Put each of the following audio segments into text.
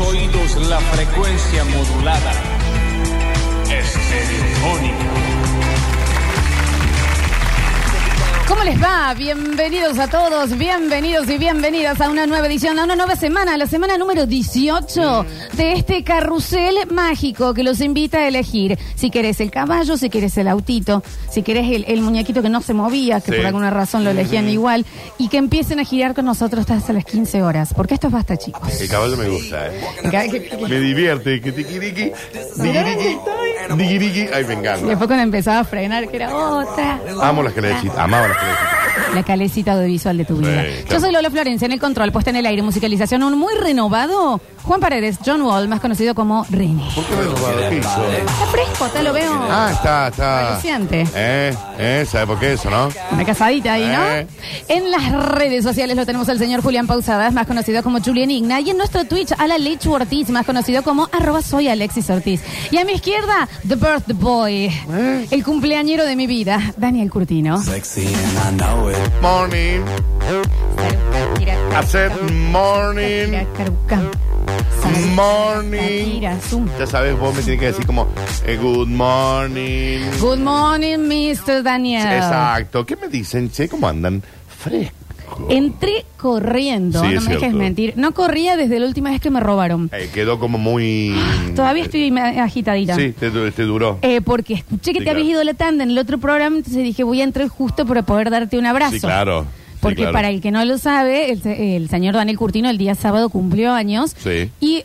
oídos la frecuencia modulada. Estereofónica. ¿Cómo les va? Bienvenidos a todos, bienvenidos y bienvenidas a una nueva edición, a una nueva semana, a la semana número 18 de este carrusel mágico que los invita a elegir. Si querés el caballo, si querés el autito, si querés el, el muñequito que no se movía, que Sí. por alguna razón lo elegían igual, y que empiecen a girar con nosotros hasta las 15 horas, porque esto es basta, chicos. El caballo me gusta, ¿eh? Acá- que- Me divierte. que tiquiriqui, diquiriqui, diquiriqui. Ay, me encanta. Después cuando empezaba a frenar, que era otra. Amo las calecitas. Amaba las calecitas. La calecita audiovisual de tu vida. Sí, Yo claro. soy Lola Florencia, en el control, puesta en el aire, musicalización, un muy renovado Juan Paredes, John Wall, más conocido como René. ¿Por qué me robado el piso? Está fresco, te lo veo. Ah, está, está. Reluciente. ¿Eh? ¿Eh? ¿Sabe por qué eso, no? Una casadita ahí, ¿no? Eh. En las redes sociales lo tenemos al señor Julián Pausadas, más conocido como Julián Igna. Y en nuestro Twitch, a la Lechu Ortiz, más conocido como arroba soy Alexis Ortiz. Y a mi izquierda, The Birth Boy, Eh. el cumpleañero de mi vida, Daniel Curtino. Sexy and I know it. Morning. I said morning. Morning. Ya sabes, vos me tienes que decir como eh, good morning. Good morning, Mr. Daniel. Exacto. ¿Qué me dicen? Che, ¿cómo andan? Fresco. Eh. Entré corriendo, Sí, no es me dejes cierto. mentir. No corría desde la última vez que me robaron. Eh, quedó como muy... Todavía estoy ma- agitadita. Mm. Sí, te, du- te duró. Eh, porque escuché que Sí, te habías claro. ido a la tanda en el otro programa, entonces dije, voy a entrar justo para poder darte un abrazo. Sí, claro. Sí, Porque claro. para el que no lo sabe, el, se- el señor Daniel Curtino el día sábado cumplió años. Sí. Y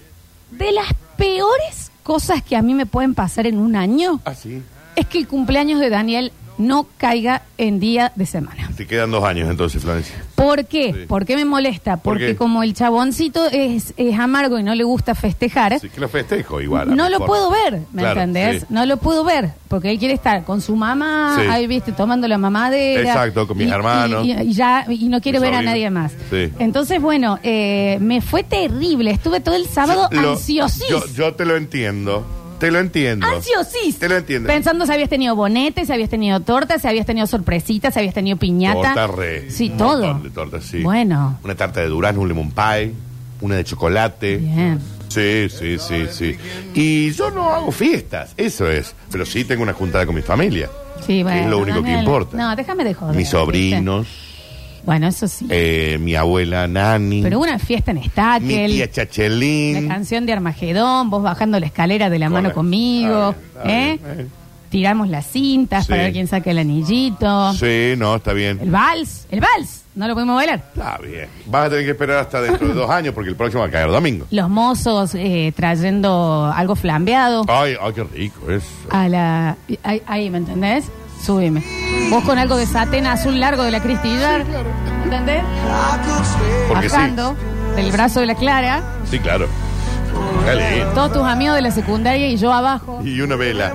de las peores cosas que a mí me pueden pasar en un año Ah, sí. es que el cumpleaños de Daniel no caiga en día de semana. Te quedan dos años entonces, Florencia. ¿Por qué? Sí. ¿Por qué me molesta? ¿Por Porque qué? como el chaboncito es, es amargo y no le gusta festejar, Sí, que lo festejo igual. a ¿Eh? no lo mejor. puedo ver, ¿me Claro, entendés? sí. No lo puedo ver, porque él quiere estar con su mamá, Sí. ahí viste, tomando la mamadera. Exacto, con mis y- hermanos. Y, y ya, y no quiere Mis ver a sobrinos. nadie más. Sí. Entonces, bueno, eh, me fue terrible, estuve todo el sábado Lo- ansiosís. Yo, yo te lo entiendo. Te lo entiendo. Ansiosís. Te lo entiendo. Pensando si habías tenido bonetes, si habías tenido tortas, si habías tenido sorpresitas, si habías tenido piñata. Torta re. Sí, un todo. montón de tortas, sí. Bueno. Una tarta de durazno, un lemon pie, una de chocolate. Bien. Sí, sí, sí, sí. Y yo no hago fiestas, eso es. Pero sí tengo una juntada con mi familia. Sí, bueno, es lo único que Daniel. importa. No, déjame de joder. Mis sobrinos, ¿viste? Bueno, eso sí. eh, mi abuela Nani, Pero una fiesta en mi tía Stackel, la Chachelín. canción de Armagedón, vos bajando la escalera de la mano Correcto. conmigo, Está bien, está ¿eh? bien, eh. Tiramos las cintas Sí. para ver quién saca el anillito. Sí, no, está bien. El vals, el vals, no lo pudimos bailar. Está bien. Vas a tener que esperar hasta dentro de dos años porque el próximo va a caer domingo. Los mozos eh, trayendo algo flambeado. Ay, ay, qué rico es. a la. Ahí, ahí, ¿me entendés? Súbeme. Vos con algo de satén azul largo de la cristilla. ¿Entendés? Porque sí. Bajando del brazo de la Clara. Sí, claro. Dale. Todos tus amigos de la secundaria y yo abajo. Y una vela.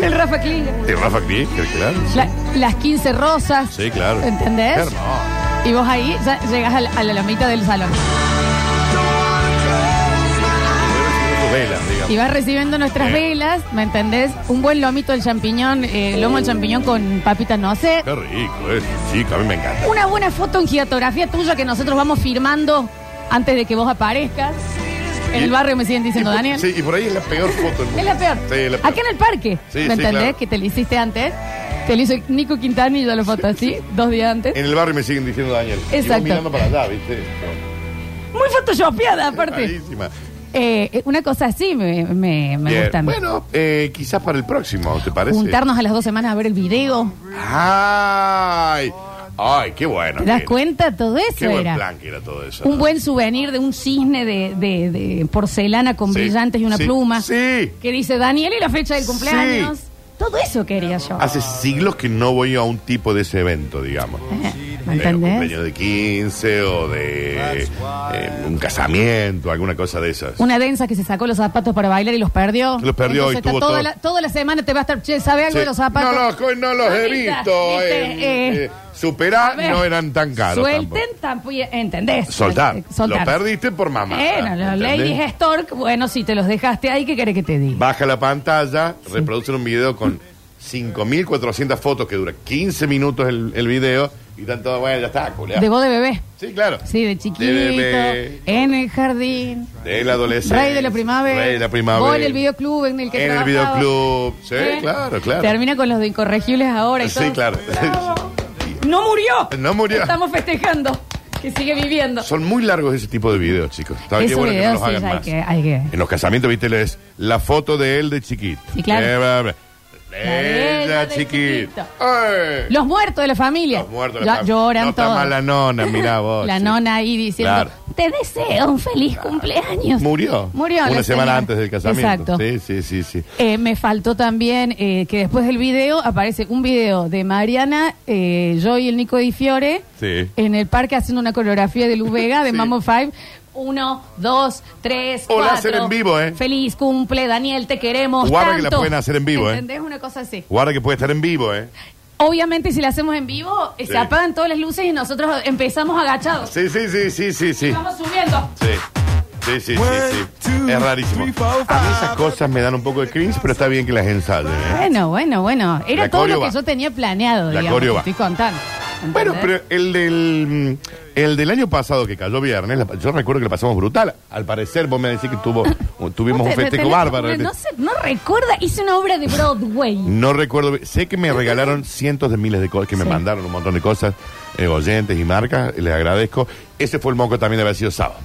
El Rafa Klinger. De Rafa Krieger, claro. La- las 15 rosas. Sí, claro. ¿Entendés? Qué hermoso. Y vos ahí ya llegas a la, a la lomita del salón. Tus velas, Y digamos. vas recibiendo nuestras Sí. velas, ¿me entendés? Un buen lomito del champiñón, eh, lomo del champiñón con papita no sé. Qué rico es. Chico, a mí me encanta. Una buena foto en gigantografía tuya que nosotros vamos firmando antes de que vos aparezcas. En Y- el barrio me siguen diciendo, Y por- Daniel. Sí, y por ahí es la peor foto del mundo. Es la peor. Sí, es la peor. Acá en el parque, Sí, ¿me sí, entendés? claro. Que te lo hiciste antes. Te lo hizo Nico Quintana y yo lo foto así, dos días antes. En el barrio me siguen diciendo Daniel. Y vos Exacto. mirando para allá, ¿viste? Muy photoshopeada, aparte. Rarísima. Eh, eh, una cosa así me, me, me Bien. gusta. a mí. Bueno, eh, quizás para el próximo, ¿te parece? Juntarnos a las dos semanas a ver el video. Ay, ay, qué bueno. ¿Te das que era. cuenta? Todo eso Qué buen era. plan que era todo eso. Un buen souvenir de un cisne de, de- de porcelana con Sí, brillantes y una sí, pluma. sí. Que dice Daniel y la fecha del cumpleaños. Sí. Todo eso quería yo. Hace siglos que no voy a un tipo de ese evento, digamos. Eh, ¿Me Eh, un entendés? cumpleaños de 15 o de eh, un casamiento, alguna cosa de esas. Una densa que se sacó los zapatos para bailar y los perdió. Los perdió y Entonces está tuvo toda todo. la, toda la semana te va a estar, che, ¿sabe algo Sí. de los zapatos? No, los, co- no los he Mamita, visto. viste, eh, eh, eh, superá, a ver, no eran tan caros. Suelten tampoco. tampoco. ¿Entendés? Soltar. Eh, soltar. Lo perdiste por mamá. Bueno, los Lady Stork, bueno, si te los dejaste ahí, ¿qué querés que te diga? Baja la pantalla, reproducen un video con 5.400 fotos que dura 15 minutos el, el video Y están todos, bueno, ya está, culiao. De voz de bebé. Sí, claro. Sí, de chiquito. bebé. en el jardín. De la adolescencia. Rey de la primavera. Rey de la primavera. O en el videoclub en el que En el trabajaba. videoclub. Sí, ¿Eh? claro, claro. Termina con los de incorregibles ahora y Sí, todo. claro. ¡No murió! No murió. Estamos festejando que sigue viviendo. Son muy largos ese tipo de videos, chicos. Está bien Esos bueno que no videos, los hagan sí, hay más. que- hay que- En los casamientos, viste, es la foto de él de chiquito. Sí, claro. Eh, bla, bla. de Ella de chiquito. chiquito. ¡Ay! Los muertos de la familia. Los muertos de Ya la fam- Lloran No está todos. mal la nona, mirá vos, La sí. nona ahí diciendo, Claro. te deseo un feliz cumpleaños. Murió. Murió. Una la semana señora. antes del casamiento. Exacto. Sí, sí, sí, sí. Eh, me faltó también eh, que después del video aparece un video de Mariana, eh, yo y el Nico Di Fiore Sí. en el parque haciendo una coreografía de Luz Vega de Sí. Mambo Five. Uno, dos, tres, O la cuatro. hacen en vivo, ¿eh? Feliz cumple, Daniel, te queremos Guarda que tanto. la pueden hacer en vivo, ¿eh? ¿Entendés? Una cosa así. Guarda que puede estar en vivo, ¿eh? Obviamente, si la hacemos en vivo, eh, Sí. se apagan todas las luces y nosotros empezamos agachados. Sí, sí, sí, sí, sí, sí. Vamos subiendo. Sí. Sí, sí, sí, sí. Es rarísimo. A mí esas cosas me dan un poco de cringe, pero está bien que las ensalden, ¿eh? Bueno, bueno, bueno. Era La todo coreo lo que va. yo tenía planeado, La digamos. coreo te va. Estoy contando. Bueno, ¿entendés? pero el del, el del año pasado que cayó viernes, la- yo recuerdo que lo pasamos brutal. Al parecer, vos me decís que tuvo, tuvimos un Usted- festejo tenés- bárbaro. No, sé, no recuerda, hice una obra de Broadway. No recuerdo, sé que me regalaron cientos de miles de cosas, que me Sí. mandaron un montón de cosas, eh, oyentes y marcas, les agradezco. Ese fue el moco también de haber sido sábado.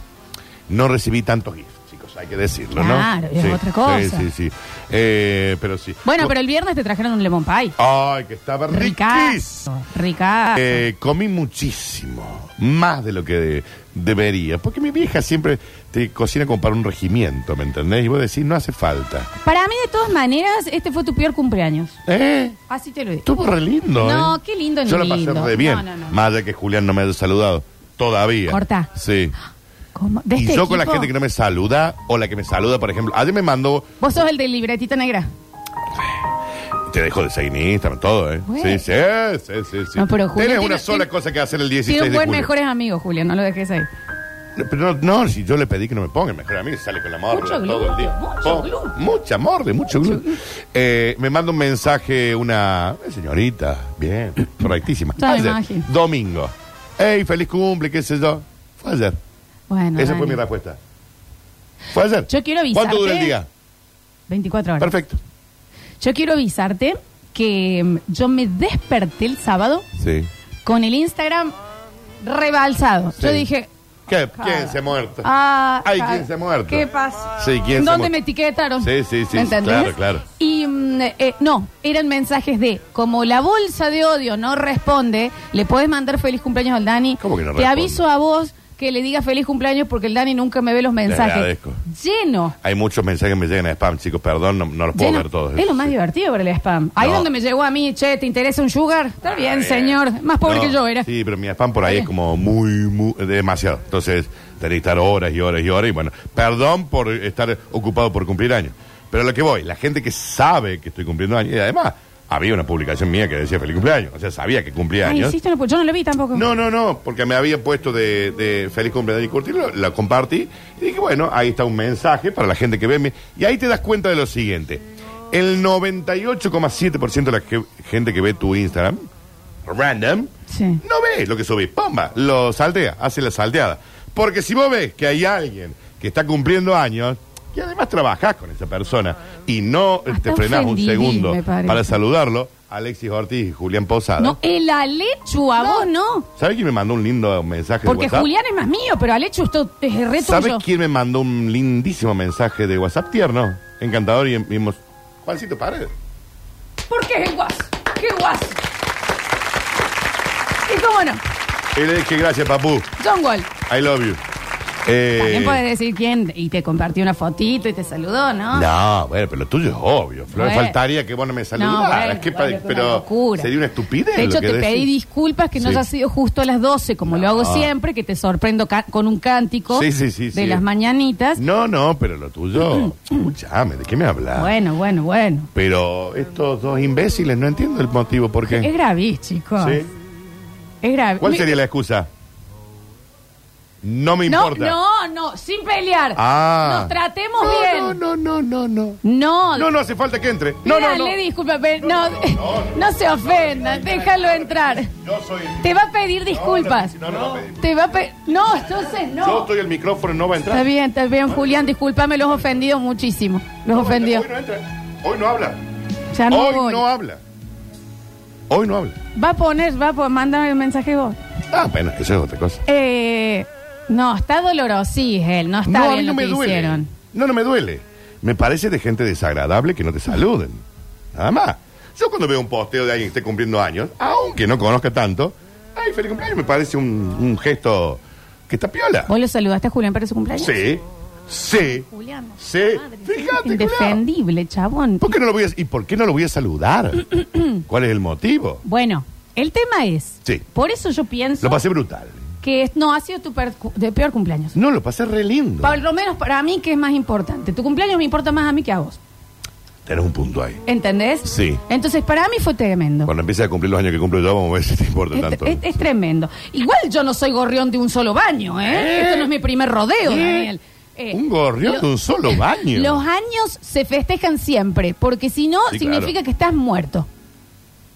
No recibí tantos gifs, chicos, hay que decirlo, ¿no? Claro, es otra cosa. Sí, sí, sí. Eh, pero sí. Bueno, Co- pero el viernes te trajeron un lemon pie. Ay, que estaba riquísimo. Ricazo, ricazo. Eh, comí muchísimo, más de lo que de- debería, porque mi vieja siempre te cocina como para un regimiento, ¿me entendés? Y vos decís, no hace falta. Para mí, de todas maneras, este fue tu peor cumpleaños. ¿Eh? Así te lo digo. Estuvo re lindo. No, ¿eh? qué lindo ni Yo la pasé lindo. re bien. No, no, no. Más allá que Julián no me haya saludado. Todavía. Corta. Sí. ¿Cómo? ¿De Y yo este con la equipo? gente que no me saluda, o la que me saluda, por ejemplo. Ayer me mandó. Vos sos el de libretita negra. Te dejo de seguir en Instagram, todo, ¿eh? Güey. Sí, sí, sí, sí. sí. No, pero Julián Tenés tiene- una sola tiene- cosa que hacer el Tiene 16 un de buen julio. mejores amigos, Julia, no lo dejes ahí. Pero no, no, si yo le pedí que no me ponga el mejor a mí, sale con la morla Mucho todo glúteo, el día. mucho Oh, glúteo. Mucha morla, mucho glúteo. Eh, me manda un mensaje una eh, señorita, bien, correctísima. Ya me Ayer, imagino. domingo. Ey, feliz cumple, qué sé yo. Fue ayer. Bueno. Esa fue dale. mi respuesta. Fue ayer. Yo quiero ¿Cuánto dura el avisarte- día? 24 horas. Perfecto. Yo quiero avisarte que mm, yo me desperté el sábado Sí. con el Instagram rebalsado. Yo Sí. dije, ¿Qué? Cara. ¿Quién se ha muerto? ah, Ay, ah, ¿quién se ha muerto? ¿Qué pasa? Sí, ¿quién se ha ¿Dónde muerto? me etiquetaron? Sí, sí, sí, ¿Me entendés? claro, claro. Y mm, eh, no, eran mensajes de, como la bolsa de odio no responde, le podés mandar feliz cumpleaños al Dani. ¿Cómo que no Te responde? aviso a vos que le diga feliz cumpleaños porque el Dani nunca me ve los mensajes. agradezco. Lleno. Hay muchos mensajes que me llegan a spam, chicos, perdón, no, no los puedo Lleno. ver todos. Es lo más divertido para el spam. Ahí No. Ah, donde me llegó a mí, che, ¿te interesa un sugar? Está bien, bien. señor. Más pobre No, que yo era. Sí, pero mi spam por ahí es como muy, muy demasiado. Entonces, tenés que estar horas y horas y horas. Y bueno, perdón por estar ocupado por cumplir años. Pero a lo que voy, la gente que sabe que estoy cumpliendo años, y además, había una publicación mía que decía feliz cumpleaños. O sea, sabía que cumplía Ay, años. hiciste una pu- yo no lo vi tampoco. No, no, no, porque me había puesto de, de feliz cumpleaños y curtirlo, la compartí y dije, bueno, ahí está un mensaje para la gente que ve. mi- Y ahí te das cuenta de lo siguiente. El 98,7% de la ge- gente que ve tu Instagram, random, Sí. no ve lo que subís. Pumba, lo saltea, hace la salteada. Porque si vos ves que hay alguien que está cumpliendo años, y además trabajás con esa persona, y no eh, te Hasta frenás un ofendidí, segundo me parece. para saludarlo, Alexis Ortiz y Julián Posada. No, el Alechu, a vos no. ¿Sabe quién me mandó un lindo mensaje Porque de WhatsApp? Julián es más mío, pero Alechu esto es re ¿Sabe tuyo. quién me mandó un lindísimo mensaje de WhatsApp tierno? Encantador y vimos. Juancito Paredes. Porque es el guas. ¡Qué guas! Y cómo no, Y le dije, gracias, papú. John Wall. I love you. Eh, También podés decir quién y te compartió una fotito y te saludó, ¿no? No, bueno, pero lo tuyo es obvio. Flor, Ah. Bueno. faltaría que vos no me saludaras. bueno, Qué bueno, pa- es una pero locura. sería una estupidez. De hecho, lo que te decís. pedí disculpas que no Sí. haya sido justo a las 12, como lo hago siempre, que te sorprendo ca- con un cántico Sí, sí, sí, de sí. las mañanitas. No, no, pero lo tuyo. Escuchame, ¿de qué me hablas? Bueno, bueno, bueno. Pero estos dos imbéciles, no entiendo el motivo por qué. Es gravísimo, chicos. ¿Sí? Es grave. ¿Cuál Mi- sería la excusa? No me No, importa. no, no, sin pelear. Ah. Nos tratemos No, bien. No, no, no, no, no. No, No, no hace falta que entre. No, no, no. pídale disculpas, pero no, no, no, no, se ofenda, déjalo entrar. Yo soy el- Te va a pedir disculpas. No, no, no, no va a pedir. Te va a pe- No, entonces Yo no. estoy el micrófono, no va a entrar. Está bien, está bien, Julián, discúlpame, los ofendido muchísimo. Los No, ofendió. Hoy no entra. Hoy no habla. Ya no Hoy voy. no habla. Hoy no habla. Va a poner, va a poner, mándame el mensaje vos. Ah, bueno, eso es otra cosa. Eh, no, está doloroso, sí, él, no está no, a mí bien no lo me que duele. hicieron. No, no me duele. Me parece de gente desagradable que no te saluden. Nada más. Yo cuando veo un posteo de alguien que esté cumpliendo años, aunque no conozca tanto, ay, feliz cumpleaños, me parece un, un gesto que está piola. ¿Vos lo saludaste a Julián para su cumpleaños? Sí, sí, Julián. sí. Fíjate, cuidado. Indefendible, chabón. ¿Por qué no lo voy a, ¿Y por qué no lo voy a saludar? ¿Cuál es el motivo? Bueno, el tema es. Sí. Por eso yo pienso Lo pasé brutal. que es- no ha sido tu per- cu- de peor cumpleaños. No, lo pasé re lindo. Por lo menos para mí, que es más importante. Tu cumpleaños me importa más a mí que a vos. Tenés un punto ahí. ¿Entendés? Sí. Entonces, para mí fue tremendo. Cuando empieces a cumplir los años que cumplo yo, vamos a ver si te importa Es, tanto. Este, es- es tremendo. Igual yo no soy gorrión de un solo baño, ¿eh? ¿Eh? Esto no es mi primer rodeo, ¿Eh? Daniel. Eh, un gorrión lo- de un solo baño. Los años se festejan siempre, porque si no, Sí, significa claro. que estás muerto.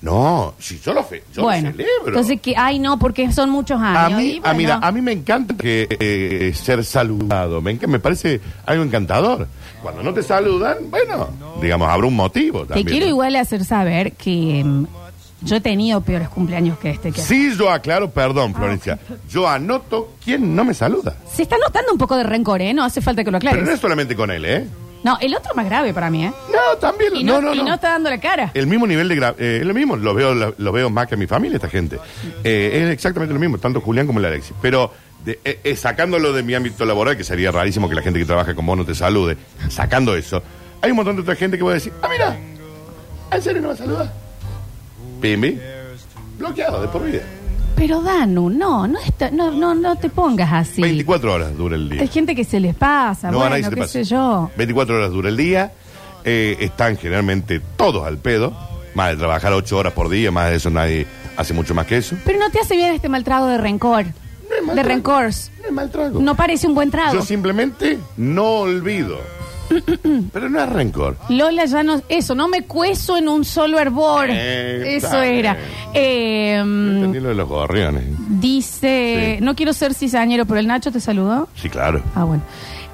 No, si yo lo, fe, yo lo bueno, celebro. entonces que, ay no, porque son muchos a años. mí, y a, mí da- bueno. a mí me encanta que, eh, ser saludado. Me, enca- me parece algo encantador. Cuando no te saludan, bueno, digamos, habrá un motivo. Te también. quiero igual hacer saber que mm, yo he tenido peores cumpleaños que este. Que Ah, Sí, yo aclaro, perdón, Florencia. Yo anoto quién no me saluda. Se está notando un poco de rencor, ¿eh? No hace falta que lo Pero no es aclares. solamente con él, ¿eh? No, el otro más grave para mí, ¿eh? No, también. Y no, no, no, y no no. está dando la cara. El mismo nivel de gravedad, es lo mismo, lo veo, lo, lo veo más que a mi familia esta gente. Eh, es exactamente lo mismo, tanto Julián como el Alexis. Pero de- eh, eh, sacándolo de mi ámbito laboral, que sería rarísimo que la gente que trabaja con vos no te salude, sacando eso, hay un montón de otra gente que va a decir, ah, mira, ¿en serio no me saluda? Pimbi, bloqueado de por vida. Pero Danu, no, no, está- no, no, no te pongas así. 24 horas dura el día. Hay gente que se les pasa, No, a bueno, nadie se qué le pasa. sé yo. 24 horas dura el día. eh, están generalmente todos al pedo. Más de trabajar 8 horas por día, más de eso nadie hace mucho más que eso. Pero no te hace bien este mal trago de rencor. No es mal de trago. rencors. No es mal trago. No parece un buen trago. Yo simplemente no olvido. Pero no es rencor. Lola ya no. Eso, no me cueso en un solo hervor. Eh, eso está era. bien. Eh, mm, Entendí lo de los gorriones. dice. Sí. No quiero ser cizañero, pero el Nacho te saludó. Sí, claro. Ah, bueno.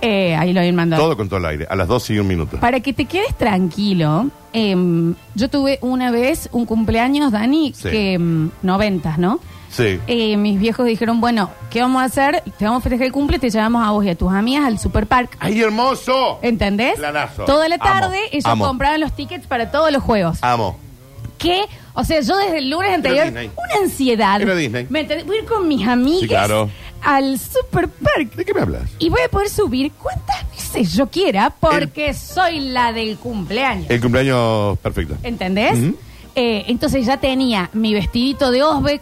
Eh, ahí lo habían mandado. Todo con todo el aire. A las 12 y un minuto. Para que te quedes tranquilo, em, yo tuve una vez un cumpleaños, Dani, Sí. que em, noventas, ¿no? Sí. Eh, mis viejos dijeron, bueno, ¿qué vamos a hacer? Te vamos a festejar el cumple, te llevamos a vos y a tus amigas al superpark. ¡Ay, hermoso! ¿Entendés? Ah, Planazo. Toda la Amo, tarde ellos amo. compraban los tickets para todos los juegos. Amo. ¿Qué? O sea, yo desde el lunes anterior, Disney. una ansiedad. Era Disney. ¿Me entendés? Voy a ir con mis amigas Sí, claro. al superpark. ¿De qué me hablas? Y voy a poder subir cuantas veces yo quiera porque soy la del cumpleaños. El cumpleaños perfecto. ¿Entendés? Ujú. Eh, entonces ya tenía mi vestidito de Osbeck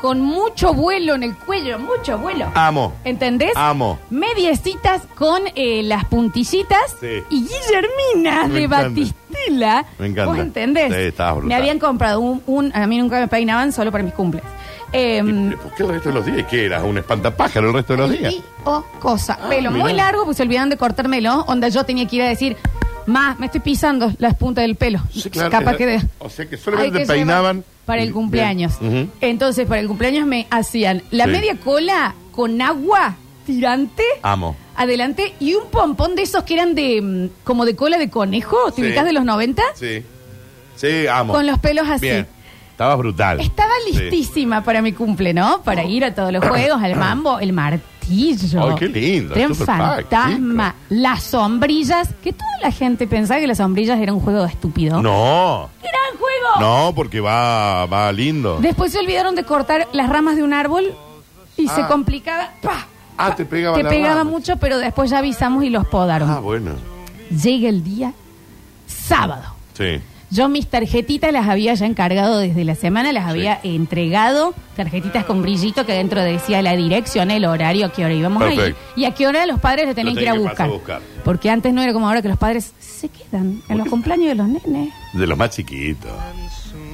con mucho vuelo en el cuello, mucho vuelo. Amo. ¿Entendés? Amo. Mediecitas con eh, las puntillitas Sí. y Guillermina Me de encanta. Batistela. Me encanta. ¿Vos entendés? Sí, estabas brutal. me habían comprado un, un- A mí nunca me peinaban solo para mis cumples. Eh, ¿Y ¿Por qué el resto de los días? ¿Qué eras? ¿Un espantapájaro el resto de los días? y o cosa. Ah, Pelo muy mirá. largo, pues se olvidaron de cortármelo. Onda, yo tenía que ir a decir, más, me estoy pisando las puntas del pelo. Sí, claro. eh, Capaz que de- O sea que Hay solamente que te peinaban. llevar Para el Bien. cumpleaños. Ujú. Entonces, para el cumpleaños me hacían la Sí. media cola con agua tirante. Amo. Adelante. Y un pompón de esos que eran de mm, como de cola de conejo, ¿te Sí. ubicás de los 90? Sí. Sí, amo. Con los pelos así. Bien. Estabas brutal. Estaba Sí. listísima para mi cumple, ¿no? Para ir a todos los juegos, al mambo, el martillo. Ay, qué lindo, Tren super pack, fantasma, las sombrillas, que toda la gente pensaba que las sombrillas era un juego de estúpido. No. ¡Gran juego! No, porque va, va lindo. Después se olvidaron de cortar las ramas de un árbol y se Ah. complicaba. ¡Pah! Ah, ¡Pah! te pegaba Te la pegaba rama. mucho, pero después ya avisamos y los podaron. Ah, bueno. Llega el día sábado. Sí. Yo mis tarjetitas las había ya encargado desde la semana, las había entregado, tarjetitas con brillito que dentro decía la dirección, el horario, a qué hora íbamos a ir Perfecto. y a qué hora los padres lo tenían Lo que ir a tenían que buscar. pasar a buscar. Porque antes no era como ahora que los padres se quedan en los cumpleaños de los nenes. De los más chiquitos.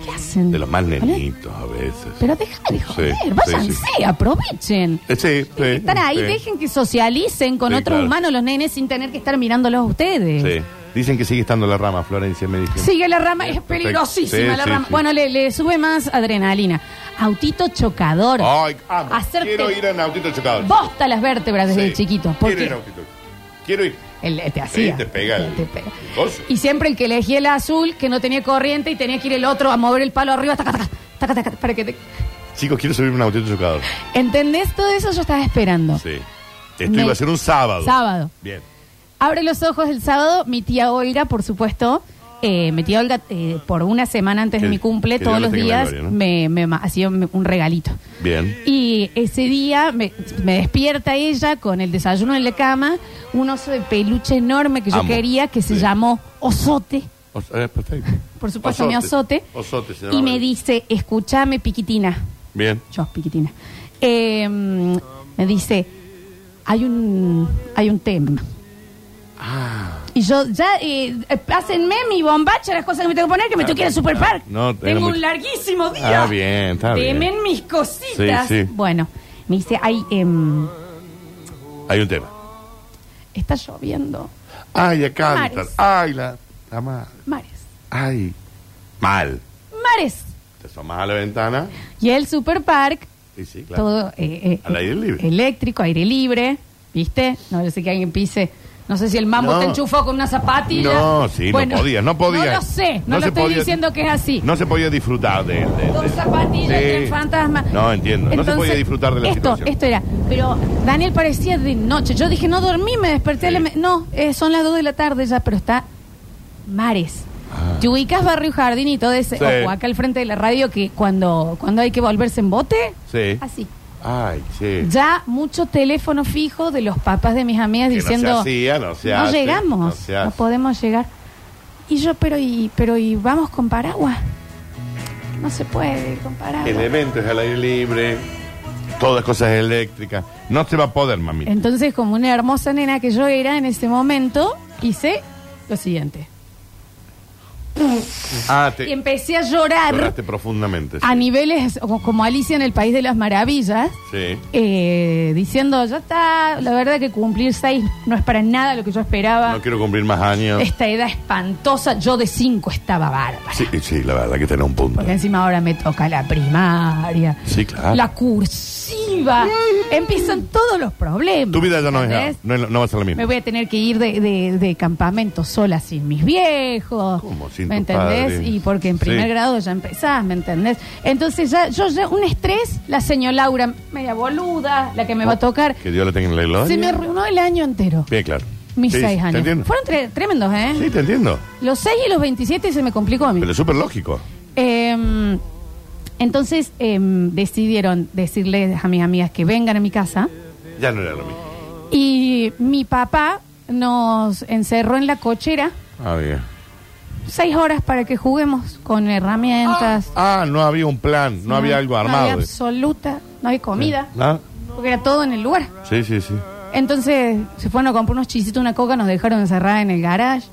¿Qué hacen? De los más Pero- nenitos a veces. Pero déjame de joder, Sí, sí, váyanse, sí. aprovechen. Eh, sí, sí, Están ahí, sí. dejen que socialicen con Sí, otros claro. humanos los nenes sin tener que estar mirándolos a ustedes. Sí. Dicen que sigue estando la rama, Florencia, me dijeron. Sigue la rama, es Perfecto. peligrosísima Sí, la sí, rama. sí. Bueno, le, le sube más adrenalina. Autito chocador. Ay, amo. Hacerte Quiero ir en autito chocado. bosta las vértebras desde Sí. chiquito. Quiero Porque ir en autito. Quiero ir. él eh, te Sí, hacía. te pega el, Te pega. el coso. Y siempre el que elegía el azul, que no tenía corriente y tenía que ir el otro a mover el palo arriba, taca, taca, taca, taca, para que te... Chicos, quiero subirme a un autito chocado. ¿Entendés? Todo eso yo estaba esperando. Sí. Esto Me- iba a ser un sábado. Sábado. Bien. Abre los ojos el sábado, mi tía Olga, por supuesto. Eh, mi tía Olga, eh, por una semana antes de Que- mi cumple, que todos Dios la los tenga en la días, gloria, ¿no? me, me ma- hacía un un regalito. Bien. Y ese día me, me despierta ella con el desayuno en la cama, un oso de peluche enorme que yo Amo. quería, que se Sí. llamó Osote. O- eh, perfecto. Por supuesto, mi osote. Osote se llama. y me dice, escúchame, Piquitina. Bien. Yo, Piquitina. Eh, me dice, hay un, hay un tema. Ah. Y yo, ya, eh, eh, pásenme mi bombacha, las cosas que me tengo que poner, que me tengo que ir al superpark. Ah, no, era tengo muy- un larguísimo día. Ah, bien, está bien. Temen mis cositas. Sí, sí. Bueno, me dice, ay, em, Hay un tema. está lloviendo. Ay, acá. está- Mares. Ay, la, la madre. Mares. Ay. Mal. Mares. Te asomas a la ventana. Y el superpark Y sí, claro. Todo eh, eh, Al aire libre. eléctrico, aire libre, ¿viste? No yo sé que alguien pise. No sé si el mambo No. te enchufó con una zapatilla. No, sí, no podía, no podía. No lo sé, no, No lo se estoy podía- diciendo que es así. No se podía disfrutar de él. de- Con de- zapatillas, Sí. tren fantasma. No, entiendo. No se Entonces, podía disfrutar de la esto, situación. Esto era. Pero Daniel parecía de noche. Yo dije, no dormí, me desperté. a la Sí. me- no, eh, son las 2 de la tarde ya, pero está mares. Te ubicas Barrio Jardín y todo ese. Ah. Sí. Ojo, acá al frente de la radio que cuando, cuando hay que volverse en bote. Sí. Así. Ay, sí. Ya mucho teléfono fijo de los papás de mis amigas Que no se diciendo hacía, no se hace, llegamos, no, no se hace". podemos llegar. Y yo, pero y, pero y vamos con paraguas. No se puede con paraguas. Elementos al aire libre. Todas cosas eléctricas. No se va a poder, mami. Entonces, como una hermosa nena que yo era en ese momento, hice lo siguiente. Ah, Y te empecé a llorar lloraste profundamente. sí. a niveles como- como Alicia en el País de las Maravillas. Sí. eh, diciendo, ya está, la verdad que cumplir seis no es para nada lo que yo esperaba. No quiero cumplir más años. Esta edad espantosa, yo de cinco estaba bárbara. Sí, sí, la verdad que tenés un punto. Porque encima ahora me toca la primaria. Sí, claro. La cursiva. Empiezan todos los problemas. Tu vida ya no ¿entendés? es, no, es- no va a ser la Me misma. voy a tener que ir de, de- de campamento sola sin mis viejos. ¿Cómo? Sin ¿Me tus entendés? padres. Y porque en Sí. primer grado ya empezás, ¿me entendés? Entonces ya, yo ya, un estrés, la señora Laura, media boluda, la que me va a tocar. Que Dios la tenga en la gloria. Se me arruinó el año entero. Oh, Bien, claro. Mis Sí, seis Te años. entiendo. Fueron tre- tremendos, ¿eh? Sí, te entiendo. Los 6 y los 27 se me complicó a mí. Pero es súper lógico. Em, entonces em, decidieron decirles a mis amigas que vengan a mi casa Ya no era lo mismo. y mi papá nos encerró en la cochera Ah, bien. seis horas para que juguemos con herramientas. Ah, no había un plan, no, había algo No armado. había absoluta, no había comida, ¿Ah? porque era todo en el lugar. Sí, sí, sí. Entonces se fueron a comprar unos chisitos, una coca, nos dejaron encerrada en el garage.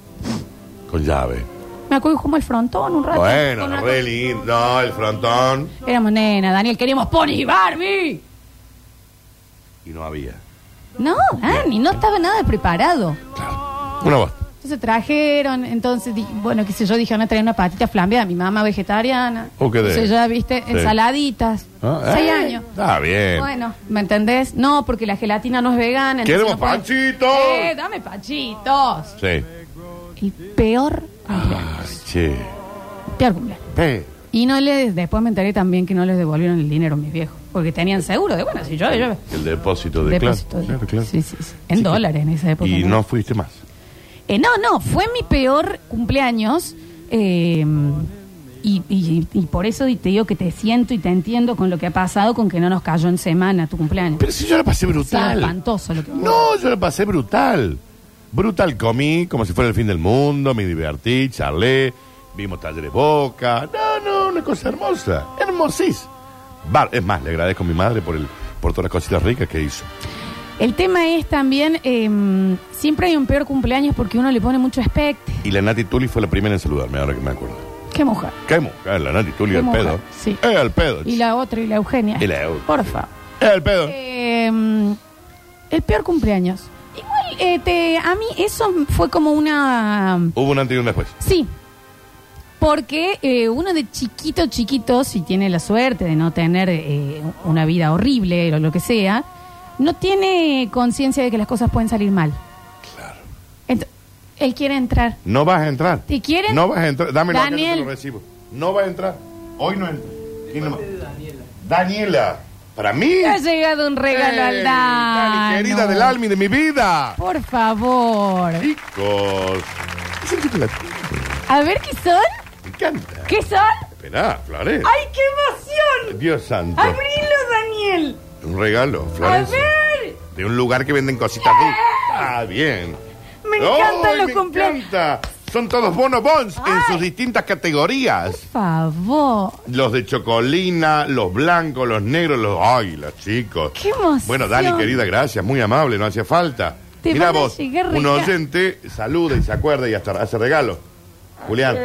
Con llave. Me acuerdo que jugamos el frontón un rato. Bueno, Con una re lindo. No, el frontón. co- Éramos nena, Daniel, queríamos Pony y Barbie. Y no había. No, Dani, no estaba nada preparado. Claro. Una voz. Entonces trajeron, entonces, di- bueno, qué sé yo, dijeron a traer una patita flambeada, mi mamá vegetariana. Oh, qué de- Entonces ya, viste, Sí. ensaladitas, Ah, seis eh, años. Está bien. Bueno, ¿me entendés? No, porque la gelatina no es vegana. entonces ¡Queremos no puede- panchitos! ¡Eh, dame panchitos! Sí. El peor Ay, cumpleaños. che. Peor cumpleaños. Eh, Y no les, después me enteré también que no les devolvieron el dinero a mis viejos, porque tenían seguro de, bueno, si yo... yo El depósito de depósito claro. de- Claro, claro. Sí, sí, sí. En Sí, dólares en esa época. Y ¿no? no fuiste más. Eh, no, no, fue mi peor cumpleaños. eh, y, y- y por eso te digo que te siento y te entiendo con lo que ha pasado, con que no nos cayó en semana tu cumpleaños. Pero si yo la pasé brutal. Sí, espantoso lo que- No, yo la pasé brutal. Brutal comí, como si fuera el fin del mundo, me divertí, charlé, vimos talleres boca. No, no, una cosa hermosa. Hermosís. Bar- es más, le agradezco a mi madre por el por todas las cositas ricas que hizo. El tema es también, eh, siempre hay un peor cumpleaños porque uno le pone mucho expecte. Y la Nati Tuli fue la primera en saludarme, ahora que me acuerdo. Qué mujer. ¿Qué mujer? La Nati Tulio Qué al mujer, pedo. sí. Es al pedo. Y la otra, y la Eugenia. Y la Eu- Porfa. Es al pedo. Eh, el peor cumpleaños. Igual, eh, te- a mí eso fue como una... Hubo un antes y un después. Sí. Porque eh, uno de chiquito, chiquito, si tiene la suerte de no tener eh, una vida horrible o lo que sea, no tiene conciencia de que las cosas pueden salir mal. Claro. Ent- él quiere entrar. No vas a entrar. ¿Te quieren? No vas a entrar. Dámelo acá, yo Daniel. te lo recibo. No vas a entrar. Hoy no entra. ¿Quién nomás? Daniela. Para mí. Ha llegado un regalo Ey, al Dani. Dani, querida del alma y de mi vida. Por favor. Chicos. Ese chico la tiene. A ver qué son. Me encanta. ¿Qué son? Esperá, Flores. ¡Ay, qué emoción! Dios santo. ¡Abrilo, Daniel! Un regalo, ¡A Flores. ver! De un lugar que venden cositas dulces. Ah, bien. Me encantan ¡Ay, los me cumpleaños. encanta! Son todos bonobons en Ay. sus distintas categorías. Por favor. Los de chocolina, los blancos, los negros, los águilas, chicos. ¡Qué emoción! Bueno, Dani, querida, gracias, muy amable, no hacía falta. Te Mirá van a vos, llegar un rega- oyente saluda y se acuerda y hasta hace regalo. Julián,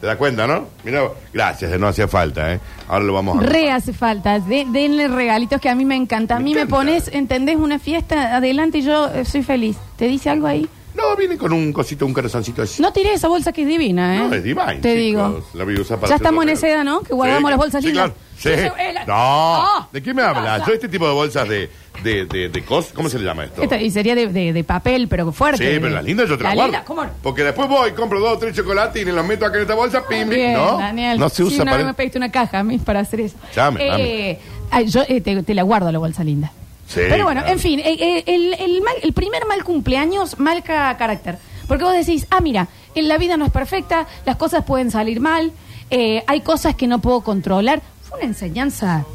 ¿te das cuenta, no? Mirá, vos. gracias, no hacía falta, ¿eh? Ahora lo vamos a... Re hace falta. De- denle regalitos que a mí me encanta. A Me mí me encanta. pones, ¿entendés? Una fiesta adelante y yo eh, soy feliz. ¿Te dice algo ahí? No, viene con un cosito, un corazoncito así. No tiré esa bolsa que es divina, ¿eh? No, es divine, Te chicos. digo. La voy a usar para Ya hacer estamos en otra esa vez. edad, ¿no? Que guardamos Sí, las bolsas sí, lindas. claro. Sí. Eso es la- No. Oh, ¿De qué me hablas? pasa? Yo este tipo de bolsas de, de, de, de cos- ¿Cómo se le llama esto? Esta- y sería de, de- de papel, pero Sí, fuerte. pero las lindas yo te las La guardo. linda, ¿cómo no? Porque después voy, compro dos o tres chocolatines, los meto acá en esta bolsa, pim, pim. Bien, No, Daniel. no se Sí, usa una vez para... me pediste una caja a mí para hacer eso. Dame, Eh, ay, yo eh, te, te la guardo la bolsa linda. Sí, Pero bueno, claro. en fin, eh, eh, el, el mal- el primer mal cumpleaños marca carácter. Porque vos decís, ah, mira, en la vida no es perfecta, las cosas pueden salir mal, eh, hay cosas que no puedo controlar. Fue una enseñanza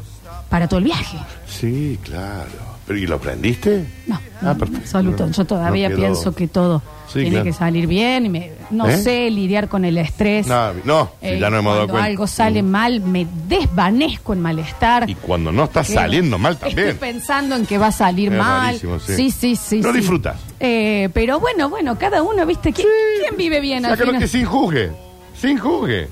para todo el viaje. Sí, claro. Pero, ¿Y lo aprendiste? No, Ah, no, perfecto. absoluto. No, Yo todavía no quedó- pienso que todo Sí, tiene claro. que salir bien. y me- no ¿Eh? sé lidiar con el estrés. No, no, si Eh, ya no hemos dado cuando cuenta. Mm. algo sale mal, me desvanezco en malestar. Y cuando no está Creo. saliendo mal también. Estoy pensando en que va a salir Es mal. rarísimo, sí. Sí, sí, sí. No sí. disfrutas. Eh, pero bueno, bueno, cada uno, ¿viste? ¿Qui- ¿Quién, vive bien al Sácalo final? que sin juzgue. Sin juzgue.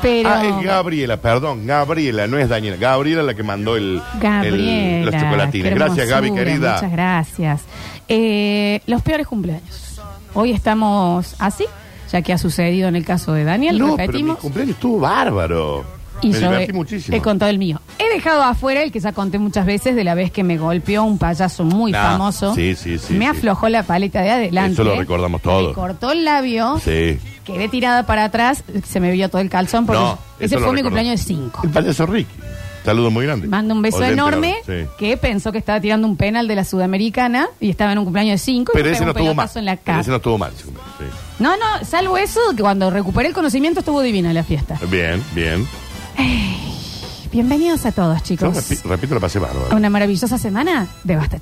Pero. Ah, es Gabriela, perdón, Gabriela, no es Daniela. Gabriela la que mandó el, Gabriela, el- los chocolatines. qué Gracias, Gaby, hermosura, querida. Muchas gracias. Eh, los peores cumpleaños. Hoy estamos así, ya que ha sucedido en el caso de Daniel, No, pero mi repetimos. cumpleaños estuvo bárbaro. Y me yo divertí he, muchísimo. he contado el mío. He dejado afuera el que ya conté muchas veces de la vez que me golpeó un payaso muy Ah, famoso. sí, sí, sí, Me sí. aflojó la paleta de adelante. Eso lo recordamos todos. Me cortó el labio. Sí. Quedé tirada para atrás. Se me vio todo el calzón. Porque No, ese eso lo fue mi recuerdo. cumpleaños de cinco. El payaso Ricky. Saludo muy grande. Manda un beso Oyente, enorme sí. que pensó que estaba tirando un penal de la sudamericana y estaba en un cumpleaños de cinco. y Pero me ese pegó no un estuvo mal. pelotazo en la Pero cara. ese no estuvo mal. ese cumpleaños, sí. No, no, salvo eso, que cuando recuperé el conocimiento estuvo divina la fiesta. Bien, bien. Bienvenidos a todos, Yo chicos. repi- repito, la pasé bárbaro. Una maravillosa semana de Basta